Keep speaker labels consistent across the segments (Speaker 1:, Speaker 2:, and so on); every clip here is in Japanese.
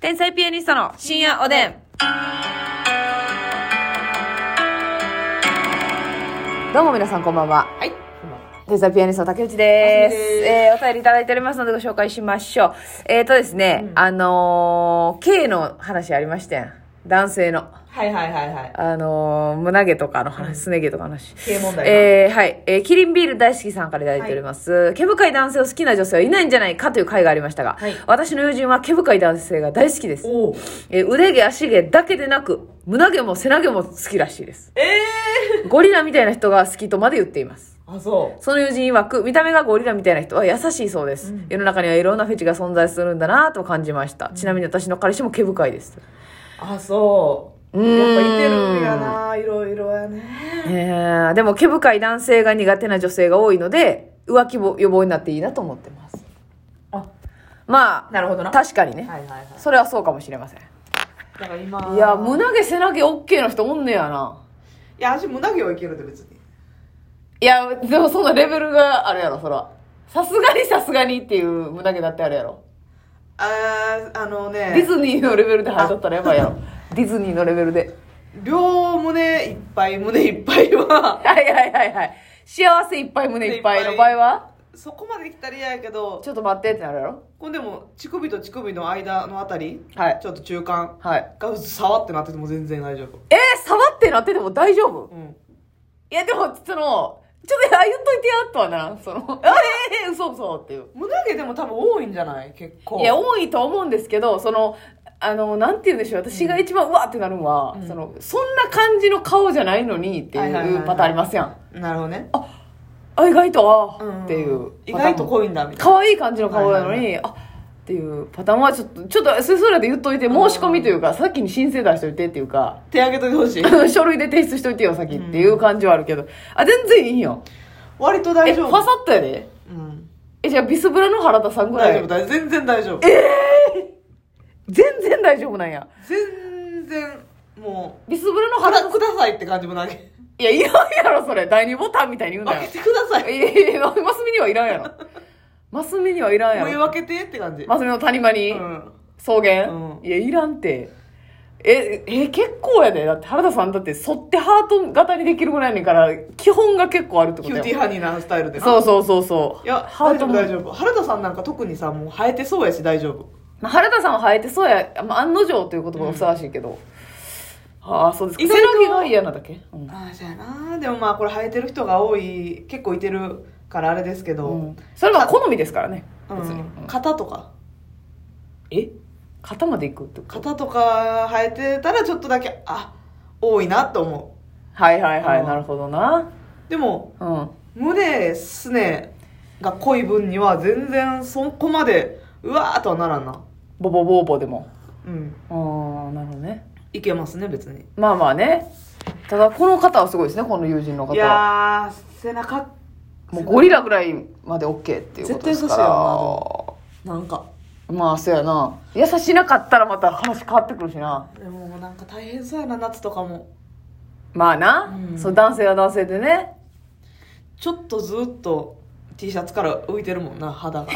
Speaker 1: 天才ピアニストの深夜おでん。どうも皆さんこんばんは。
Speaker 2: はい。
Speaker 1: 天才ピアニストの竹内です。
Speaker 2: ますみです
Speaker 1: えーお便りいただいておりますのでご紹介しましょう。えっ、ー、とですね、あのー、K の話ありましたやん。男性の。
Speaker 2: はいはいはいはい。
Speaker 1: あのー胸毛とかの話、すね毛とかの話。
Speaker 2: 経営問題が
Speaker 1: えーはい。えーキリンビール大好きさんからいただいております。毛深い男性を好きな女性はいないんじゃないかという回がありましたが、
Speaker 2: はい
Speaker 1: 私の友人は毛深い男性が大好きです。
Speaker 2: おお。
Speaker 1: えー腕毛、足毛だけでなく、胸毛も背中毛も好きらしいです。
Speaker 2: ええ
Speaker 1: ゴリラみたいな人が好きとまで言っています。
Speaker 2: ー。あ、そ
Speaker 1: その友人曰く、見た目がゴリラみたいな人は優しいそうです。世の中にはいろんなフェチが存在するんだなと感じました。ちなみに私の彼氏も毛深いです。
Speaker 2: う。あ、そう。
Speaker 1: うーん
Speaker 2: やっぱいてるんやな、いろいろやね。
Speaker 1: ええでも毛深い男性が苦手な女性が多いので浮気も予防になっていいなと思ってます
Speaker 2: あ、
Speaker 1: ま
Speaker 2: なるほど
Speaker 1: あ
Speaker 2: な。
Speaker 1: 確かにね、
Speaker 2: はいはいはい。
Speaker 1: それはそうかもしれません
Speaker 2: だから今。
Speaker 1: いや胸毛背中毛 OK の人おんねやない
Speaker 2: や、私胸毛はいけるで別に。
Speaker 1: いやでもそのレベルがあるやろそらさすがにさすがにっていう胸毛だってあるやろ
Speaker 2: あー、あのね。
Speaker 1: ディズニーのレベルで生えとったらやばいやろ ディズニーのレベルで
Speaker 2: 両胸いっぱい、胸いっぱいは、
Speaker 1: はいはいはいはい幸せいっぱい胸いっぱいの場合は
Speaker 2: そこまで来たら嫌やけど、
Speaker 1: ちょっと待ってってなるやろ
Speaker 2: これでも、乳首と乳首の間のあたり、
Speaker 1: はい
Speaker 2: ちょっと中間
Speaker 1: はい
Speaker 2: が触ってなってても全然大丈夫。
Speaker 1: えー、触ってなってても大丈夫
Speaker 2: うん。
Speaker 1: いや、でも、その、ちょっと、あ、言っといてや、とはならん。その、あえええ嘘嘘っていう。
Speaker 2: 胸毛でも多分多いんじゃない結構。
Speaker 1: いや、多いと思うんですけど、その、あの、なんて言うんでしょう、私が一番、うわってなるのは、その、そんな感じの顔じゃないのにって
Speaker 2: はいはいはい
Speaker 1: い
Speaker 2: は
Speaker 1: う
Speaker 2: い
Speaker 1: パターンありますやん。
Speaker 2: なるほどね。
Speaker 1: あ、意外と、あ
Speaker 2: ん
Speaker 1: っていう。
Speaker 2: 意外と
Speaker 1: こ
Speaker 2: 濃いんだみたいな
Speaker 1: 可愛い感じの顔なのに、
Speaker 2: はいは
Speaker 1: あ、っていうパターンはちょっと、ちょっと、それそれで言っといて、申し込みというか、先に申請出しといてっていうか、
Speaker 2: 手挙げといてほしい
Speaker 1: 書類で提出しといてよ、先っていう感じはあるけど、あ、全然いいよ。
Speaker 2: 割と
Speaker 1: え、
Speaker 2: 大
Speaker 1: フ
Speaker 2: 丈
Speaker 1: ァ
Speaker 2: 夫
Speaker 1: サッとやで。
Speaker 2: うん
Speaker 1: え、じゃあビスブラの原田さんぐらい
Speaker 2: 大丈夫大丈夫全然大丈夫
Speaker 1: 全然大丈夫なんや。
Speaker 2: 全然も
Speaker 1: ビスブラの
Speaker 2: う
Speaker 1: 原
Speaker 2: 腹
Speaker 1: 田さ
Speaker 2: くださいって感じもなけ
Speaker 1: ん。いや、いらんやろ、それ。第二ボタンみたいに言うな
Speaker 2: 開
Speaker 1: よ
Speaker 2: け。てください
Speaker 1: いやいやいや、 マスミにはいらんやろ。マスミにはいらんや
Speaker 2: お湯
Speaker 1: ろ。
Speaker 2: 分けてって感じ
Speaker 1: マスミの谷間に、
Speaker 2: うん
Speaker 1: 草原、
Speaker 2: うん
Speaker 1: いや、いらんて。え、え、結構やで。だって原田さんだって、反ってハート型にできるぐらいやねんから、基本が結構あるってこ
Speaker 2: キ
Speaker 1: と
Speaker 2: ュー
Speaker 1: や
Speaker 2: ティーハニーなスタイルでな
Speaker 1: そうそうそうそう。
Speaker 2: いや
Speaker 1: ハ
Speaker 2: 大
Speaker 1: ー
Speaker 2: 丈
Speaker 1: ト
Speaker 2: 夫
Speaker 1: も
Speaker 2: 大丈夫原田さんなんか特にさもう生えてそうやし大丈夫
Speaker 1: まあ、原田さんは生えてそうや、まあ、案の定という言葉がふさわしいけど。ああ、そうですか。
Speaker 2: 意
Speaker 1: 背
Speaker 2: 外と
Speaker 1: 伸びが嫌なだけ、うん
Speaker 2: ああじゃあなでもまあこれ生えてる人が多い結構いてるからあれですけど、うん
Speaker 1: それは好みですからね別に、うん
Speaker 2: 肩とか
Speaker 1: え肩までいくってこと
Speaker 2: 肩とか生えてたらちょっとだけあ多いなと思
Speaker 1: はいはいはい、
Speaker 2: うん
Speaker 1: なるほどな
Speaker 2: うでも
Speaker 1: うん
Speaker 2: 胸すねが濃い分には全然そこまでうわーとはならんな
Speaker 1: ボボボーボでも
Speaker 2: うん
Speaker 1: ああなるほどね
Speaker 2: いけますね別に
Speaker 1: まあまあねただこの方はすごいですねこの友人の方
Speaker 2: い
Speaker 1: は
Speaker 2: やー背中
Speaker 1: もうゴリラぐらいまで OK っていうことですから
Speaker 2: 絶対そうやろなんか
Speaker 1: まあそうやな優しなかったらまた話変わってくるしな
Speaker 2: でももうなんか大変そうやな夏とかも
Speaker 1: まあな、
Speaker 2: うん
Speaker 1: そう男性は男性でね
Speaker 2: ちょっとずっと T シャツから浮いてるもんな 肌が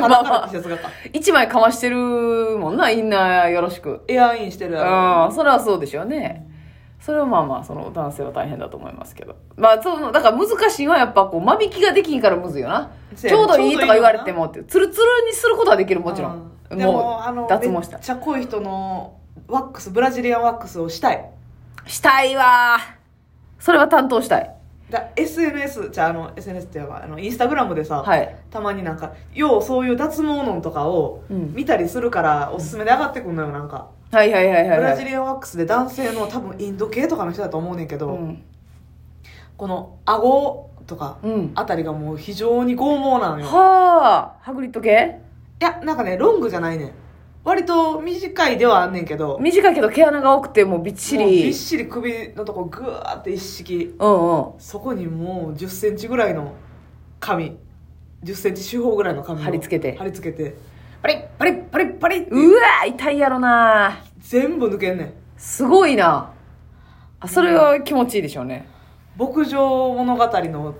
Speaker 1: ま
Speaker 2: 肌
Speaker 1: あま
Speaker 2: から T シャツがか
Speaker 1: あ一枚かましてるもんなインナーよろしく
Speaker 2: エアインしてるやろ
Speaker 1: うん、それはそうでしょうね。それはまあまあ、その男性は大変だと思いますけど。まあ、その、だから難しいのはやっぱこう、間引きができんからむずいよな。
Speaker 2: せ
Speaker 1: ち
Speaker 2: やね
Speaker 1: ょうどいいとか言われてもって、ツルツルにすることはできる、もちろん。
Speaker 2: うで
Speaker 1: も
Speaker 2: もあの
Speaker 1: う、脱毛し
Speaker 2: め
Speaker 1: た
Speaker 2: っ。ちゃ濃い人のワックスブラジリアンワックスをしたい
Speaker 1: したいわーそれは担当したい。
Speaker 2: だ SNS じゃああの SNS って言えばあのインスタグラムでさ、
Speaker 1: はい。
Speaker 2: たまになんかようそういう脱毛のんとかを
Speaker 1: うん
Speaker 2: 見たりするからおすすめで上がってくんのよなんか、
Speaker 1: はいはいはいはい、
Speaker 2: ブ
Speaker 1: は
Speaker 2: ラジ
Speaker 1: い。
Speaker 2: リアンワックスで男性の多分インド系とかの人だと思うねんけど、
Speaker 1: うん。
Speaker 2: この顎とか
Speaker 1: うん。
Speaker 2: あたりがもう非常に剛毛なのよい
Speaker 1: はあ、ハグリッド系
Speaker 2: やなんかねロングじゃないねん割と短いではあんねんけど
Speaker 1: 短いけど毛穴が多くて、もうびっち
Speaker 2: もうび
Speaker 1: り
Speaker 2: っ。しり首のとこグワーって一式
Speaker 1: うんうん。
Speaker 2: そこにもう1 0ンチぐらいの紙1 0ンチ四方ぐらいの紙を
Speaker 1: 貼り付けて
Speaker 2: 貼り付けて
Speaker 1: パリッパリッパリッパリッ。うわー痛いやろな
Speaker 2: 全部抜けんねん
Speaker 1: すごいなあそれは気持ちいいでしょうね、
Speaker 2: 牧場物語の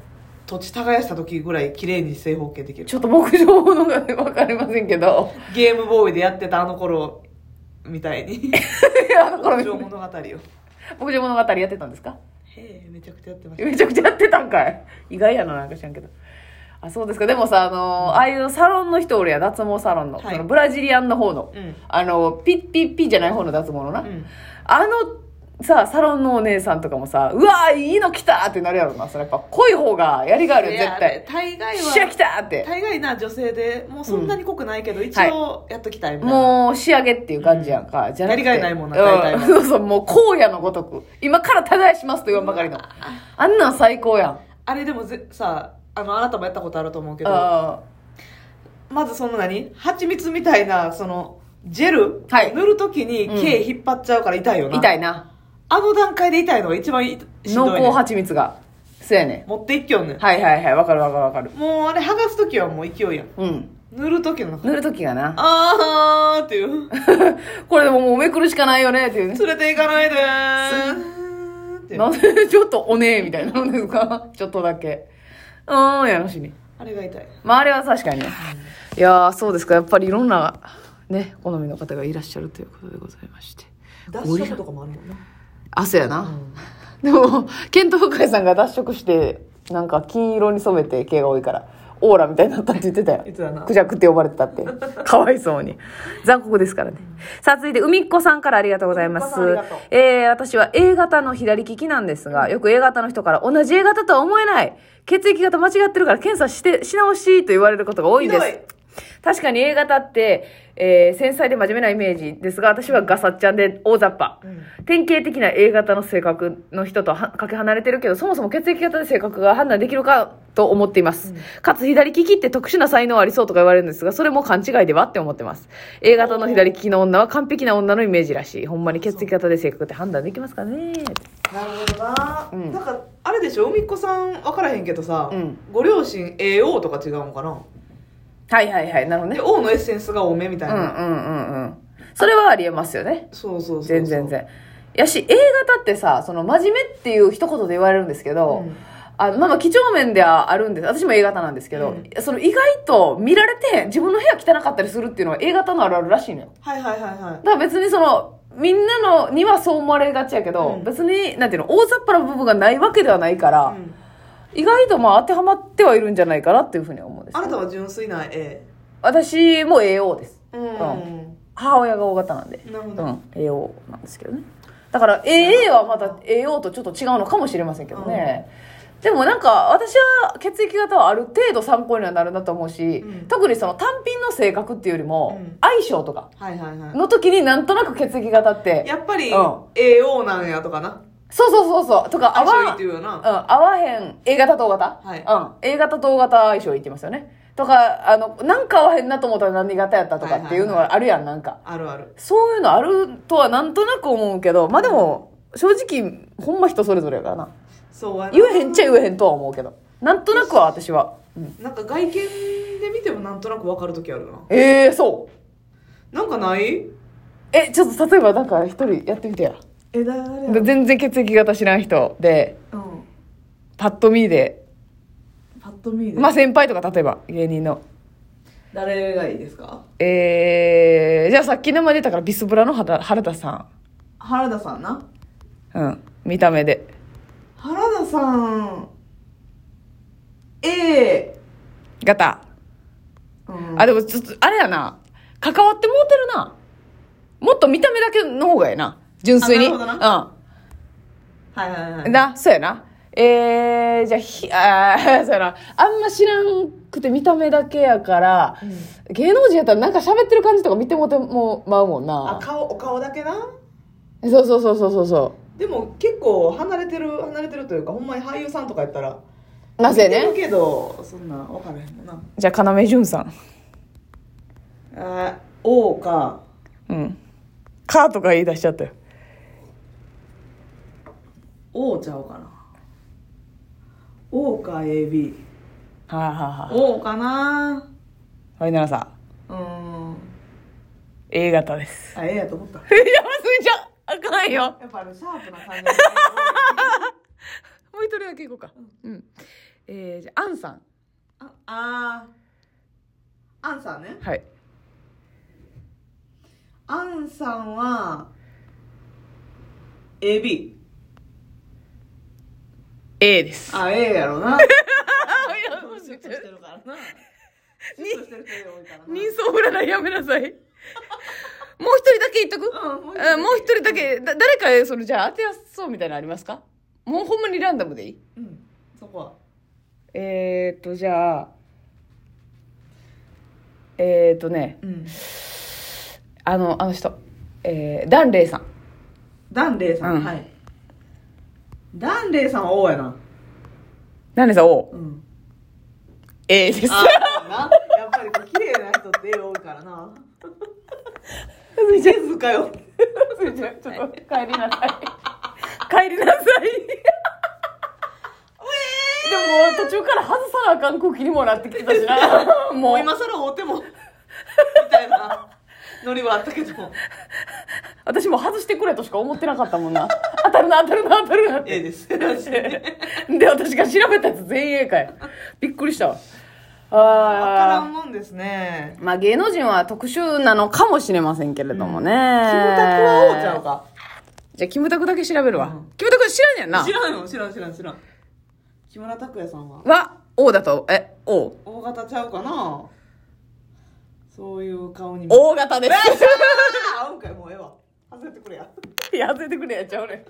Speaker 2: 土地耕した時ぐらい綺麗に正方形できる
Speaker 1: ちょっと牧場のが分かりませんけど
Speaker 2: ゲームボーイでやってたあの頃みたいに
Speaker 1: あの頃
Speaker 2: 北条物語をへ
Speaker 1: 牧場物語やってたんですか
Speaker 2: えめちゃくちゃやってました
Speaker 1: めちゃくちゃやってたんかい意外やななんか知らんけどあそうですかでもさあのああいうサロンの人俺や脱毛サロンの,、
Speaker 2: はい
Speaker 1: そのブラジリアンの方の、
Speaker 2: うん
Speaker 1: あのピッピッピッじゃない方の脱毛のな、
Speaker 2: うん
Speaker 1: あのさサロンのお姉さんとかもさうわーいいの来たってなるやろなそれやっぱ濃い方がやりがある
Speaker 2: い
Speaker 1: よ
Speaker 2: や
Speaker 1: 絶対
Speaker 2: 大概
Speaker 1: シャ
Speaker 2: は
Speaker 1: 来たって
Speaker 2: 大概な女性でもうそんなに濃くないけど、一応やっときたいみたいな、
Speaker 1: もう仕上げっていう感じやんか、じゃなくて
Speaker 2: やりがいないもんな
Speaker 1: う
Speaker 2: 大体は
Speaker 1: そうそうもう荒野のごとく今から耕しますと言わんばか りのあんなん最高やん
Speaker 2: あれでもぜさあのあなたもやったことあると思うけど
Speaker 1: あ
Speaker 2: まずその何蜂蜜みたいなそのジェル、
Speaker 1: はい
Speaker 2: 塗るときに
Speaker 1: うん
Speaker 2: 毛引っ張っちゃうから痛いよな、
Speaker 1: 痛いな
Speaker 2: あの段階で痛いのが一番いしん
Speaker 1: 濃
Speaker 2: どい、
Speaker 1: 厚
Speaker 2: ね、
Speaker 1: 蜂蜜がそうやね
Speaker 2: 持っていっきょんねん
Speaker 1: はいはいはいわかるわかるわかる
Speaker 2: もうあれ剥がすときはもう勢いやん
Speaker 1: うん
Speaker 2: 塗るときの
Speaker 1: 塗るときがな
Speaker 2: あーっ ていう
Speaker 1: これでももうめくるしかないよねっていうね
Speaker 2: 連れて行かないでーっていう
Speaker 1: なんで ちょっとおねえみたいなんですか ちょっとだけうーんやのしに
Speaker 2: あれが痛い
Speaker 1: まああれは確かにねいやーそうですかやっぱりいろんなね好みの方がいらっしゃるということでございまして
Speaker 2: 脱色とかもあるもんな、
Speaker 1: 汗やな、
Speaker 2: うん
Speaker 1: でも、ケント・フカイさんが脱色して、なんか金色に染めて毛が多いから、オーラみたいになったって言ってたよ
Speaker 2: い。つだな
Speaker 1: クジャクって呼ばれてた って。かわいそうに。残酷ですからね。さあ、続いて、海っ子さんからありがとうございます
Speaker 2: 海っ子さんありがとう。
Speaker 1: えー、私は A 型の左利きなんですが、よく A 型の人から同じ A 型とは思えない。血液型間違ってるから検査して、し直しと言われることが多いんで
Speaker 2: ひどい
Speaker 1: す。確かに A 型って、えー繊細で真面目なイメージですが、私はガサッちゃんで大雑把。典型的な A 型の性格の人とはかけ離れてるけど、そもそも血液型で性格が判断できるかと思っています。かつ左利きって特殊な才能ありそうとか言われるんですが、それも勘違いではって思ってます。A 型の左利きの女は完璧な女のイメージらしい。ほんまに血液型で性格って判断できますかね
Speaker 2: なるほどな、
Speaker 1: うん
Speaker 2: なんかあれでしょみっこさん分からへんけどさ、
Speaker 1: うん
Speaker 2: ご両親 AO とか違うのかな
Speaker 1: はいはいはい。なるほど
Speaker 2: で
Speaker 1: ね。
Speaker 2: 王のエッセンスが多めみたい
Speaker 1: うんうんうん
Speaker 2: な、
Speaker 1: うん。それはありえますよね。
Speaker 2: そうそうそうそう
Speaker 1: 全然全然やし A 型ってさその真面目っていう一言で言われるんですけど、
Speaker 2: うん
Speaker 1: あまあまあ几帳面ではあるんです私も A 型なんですけど、
Speaker 2: う
Speaker 1: その意外と見られて自分の部屋汚かったりするっていうのは A 型のあるあるらしいのよ
Speaker 2: はいはいはいは
Speaker 1: だから別にそのみんなのにはそう思われがちやけど、
Speaker 2: うん
Speaker 1: 別になんていうの大雑把な部分がないわけではないから、
Speaker 2: い、うん
Speaker 1: 意外とまあ当てはまってはいるんじゃないかなっていうふうには思うんです
Speaker 2: あ
Speaker 1: け
Speaker 2: な
Speaker 1: ど
Speaker 2: たは純粋な A
Speaker 1: 私も AO です
Speaker 2: うん、
Speaker 1: 母親が O 型なんで
Speaker 2: なるほ
Speaker 1: う
Speaker 2: ど、
Speaker 1: ん、AO なんですけどねだから AA はまた AO とちょっと違うのかもしれませんけどね、でもなんか私は血液型はある程度参考にはなるなと思うし、
Speaker 2: うん
Speaker 1: 特にその単品の性格っていうよりも
Speaker 2: うん
Speaker 1: 相性とか
Speaker 2: はいはいは
Speaker 1: の時になんとなく血液型っ
Speaker 2: い
Speaker 1: て
Speaker 2: やっぱり
Speaker 1: うん
Speaker 2: AO なんやとかな
Speaker 1: そうそうそうそうとか合
Speaker 2: 相性いい
Speaker 1: わ,、
Speaker 2: っ
Speaker 1: う
Speaker 2: て
Speaker 1: ん、
Speaker 2: いうよな
Speaker 1: 合わへん A 型と O 型、
Speaker 2: はい
Speaker 1: うん、A 型と O 型相性いいって言いますよねとかあのなんか合わへんなと思ったら何型やったとかっていうのはあるやんなんか
Speaker 2: あるある
Speaker 1: そういうのあるとはなんとなく思うけど、まあでも、正直、ほんま人それぞれやからな。
Speaker 2: そうやな
Speaker 1: 言えへんっちゃ言えへんとは思うけど。なんとなくは私は。うん
Speaker 2: なんか外見で見てもなんとなく分かる時あるな
Speaker 1: ええそう。
Speaker 2: なんかない
Speaker 1: え、ちょっと例えばなんか一人やってみてや。
Speaker 2: えだ誰やろ
Speaker 1: 全然血液型知らん人で、
Speaker 2: うん
Speaker 1: パッと見で、
Speaker 2: パッと見で、
Speaker 1: まあ先輩とか例えば芸人の。
Speaker 2: 誰がいいですか
Speaker 1: えー、じゃあさっき名前出たからビスブラの原原田さ。
Speaker 2: 原田さんなん
Speaker 1: うん。見た目で。
Speaker 2: 原田さん A
Speaker 1: ガタ。
Speaker 2: うん
Speaker 1: あ、でもちょっと、あれやな。関わってもうてるな。もっと見た目だけの方がええな。純粋に。
Speaker 2: あなるほどはいはいは
Speaker 1: う
Speaker 2: い
Speaker 1: ん。な、そうやな。えー、じゃあ、ひ、あー そうやな。あんま知らんくて見た目だけやから、芸能人やったらなんか喋ってる感じとか見てもうてもまうもん
Speaker 2: あ
Speaker 1: な。
Speaker 2: 顔お顔だけな
Speaker 1: そうそうそうそうそうそ
Speaker 2: でも結構離れてる離れてるというかほんまに俳優さんとかやったら
Speaker 1: う。なぜ
Speaker 2: 似てる
Speaker 1: ね。
Speaker 2: けどそんな分からへんもんな
Speaker 1: じゃあ、要潤さん。
Speaker 2: あ O か
Speaker 1: うん。カーとか言い出しちゃったよ。
Speaker 2: O ちゃうかな O か ABO
Speaker 1: はいはいはい。
Speaker 2: かな
Speaker 1: ファイナルさん、
Speaker 2: うーん
Speaker 1: A 型です。
Speaker 2: あ A やと思った
Speaker 1: いや、すいちゃん、あかんよ。
Speaker 2: やっぱあのシャープな感じ
Speaker 1: もう一人だけ行こうか。うん。えー、じゃあ、アンさん。
Speaker 2: ああーアンさんね
Speaker 1: はい。
Speaker 2: アンさんは AB
Speaker 1: A です。
Speaker 2: あ A やろ うなシュッとしてるからなシュッとしてる人多いからな
Speaker 1: 人相占いやめなさい。も う一人だけ言っとく、
Speaker 2: うんもう一人
Speaker 1: あもう一人だけ、だ誰か、その、じゃあ当てやすそうみたいなのありますかもうほんまにランダムでいい
Speaker 2: うんそこは
Speaker 1: えーっと、じゃあ、えーっとね、
Speaker 2: うん
Speaker 1: あの、あの人、えー、ダンレイさん。
Speaker 2: ダンレイさん、
Speaker 1: うん
Speaker 2: はいダンレイさんは O やな
Speaker 1: ダンレイさん、O。
Speaker 2: うん
Speaker 1: A です。
Speaker 2: あなやっぱりこう綺麗な人って A 多いからな静かよ
Speaker 1: ちょっと帰りなさい。帰りなさい。でも途中から外さなあかん空気にもなってきてたしな。 も
Speaker 2: も
Speaker 1: う
Speaker 2: う今更会うてもみたいなノリはあったけど
Speaker 1: 私も外してくれとしか思ってなかったもんな。当たるな当たるな当たるなっ
Speaker 2: A
Speaker 1: て。
Speaker 2: です分
Speaker 1: で、私が調べたやつ全員 A かい。びっくりしたわ。
Speaker 2: から
Speaker 1: あ
Speaker 2: んもんですね
Speaker 1: ーまあ芸能人は特殊なのかもしれませんけれどもね。キム
Speaker 2: キムタクは O ちゃうか
Speaker 1: じゃあキムタクだけ調べるわ。
Speaker 2: うん
Speaker 1: キムタク知らんやんな
Speaker 2: 知。らんよ知らん知らん知らん木村拓哉さんは
Speaker 1: は、O だと、え、O。
Speaker 2: 大型ちゃうかなそういう顔に
Speaker 1: 大型です。
Speaker 2: あ合うんかいもうええわ外れてくれや
Speaker 1: いや、当ててくれやっちゃうね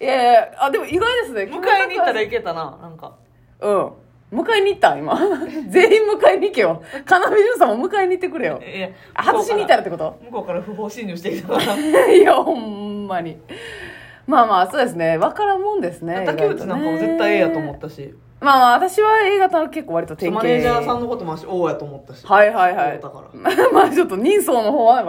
Speaker 1: ん。いやいや、あ、でも意外ですね。
Speaker 2: 迎えに行ったらいけたななんか
Speaker 1: うん。迎えに行った今。 全員迎えに行けよ。かなみじゅんさんも迎えに行ってくれよ。
Speaker 2: え
Speaker 1: あ外しに行ったらってこと
Speaker 2: 向こうから不法侵入してき たから
Speaker 1: いや、ほんまに。まあまあ、そうですね。わからんもんですね。
Speaker 2: 竹内なんかも絶対 A やと思
Speaker 1: う
Speaker 2: っ。たし
Speaker 1: まあまあ、私は A 型は結構割と典型。
Speaker 2: マネージャーさんのこともあし O やと思った し
Speaker 1: はいはいはい
Speaker 2: だから
Speaker 1: まあちょっと人相の方はなんか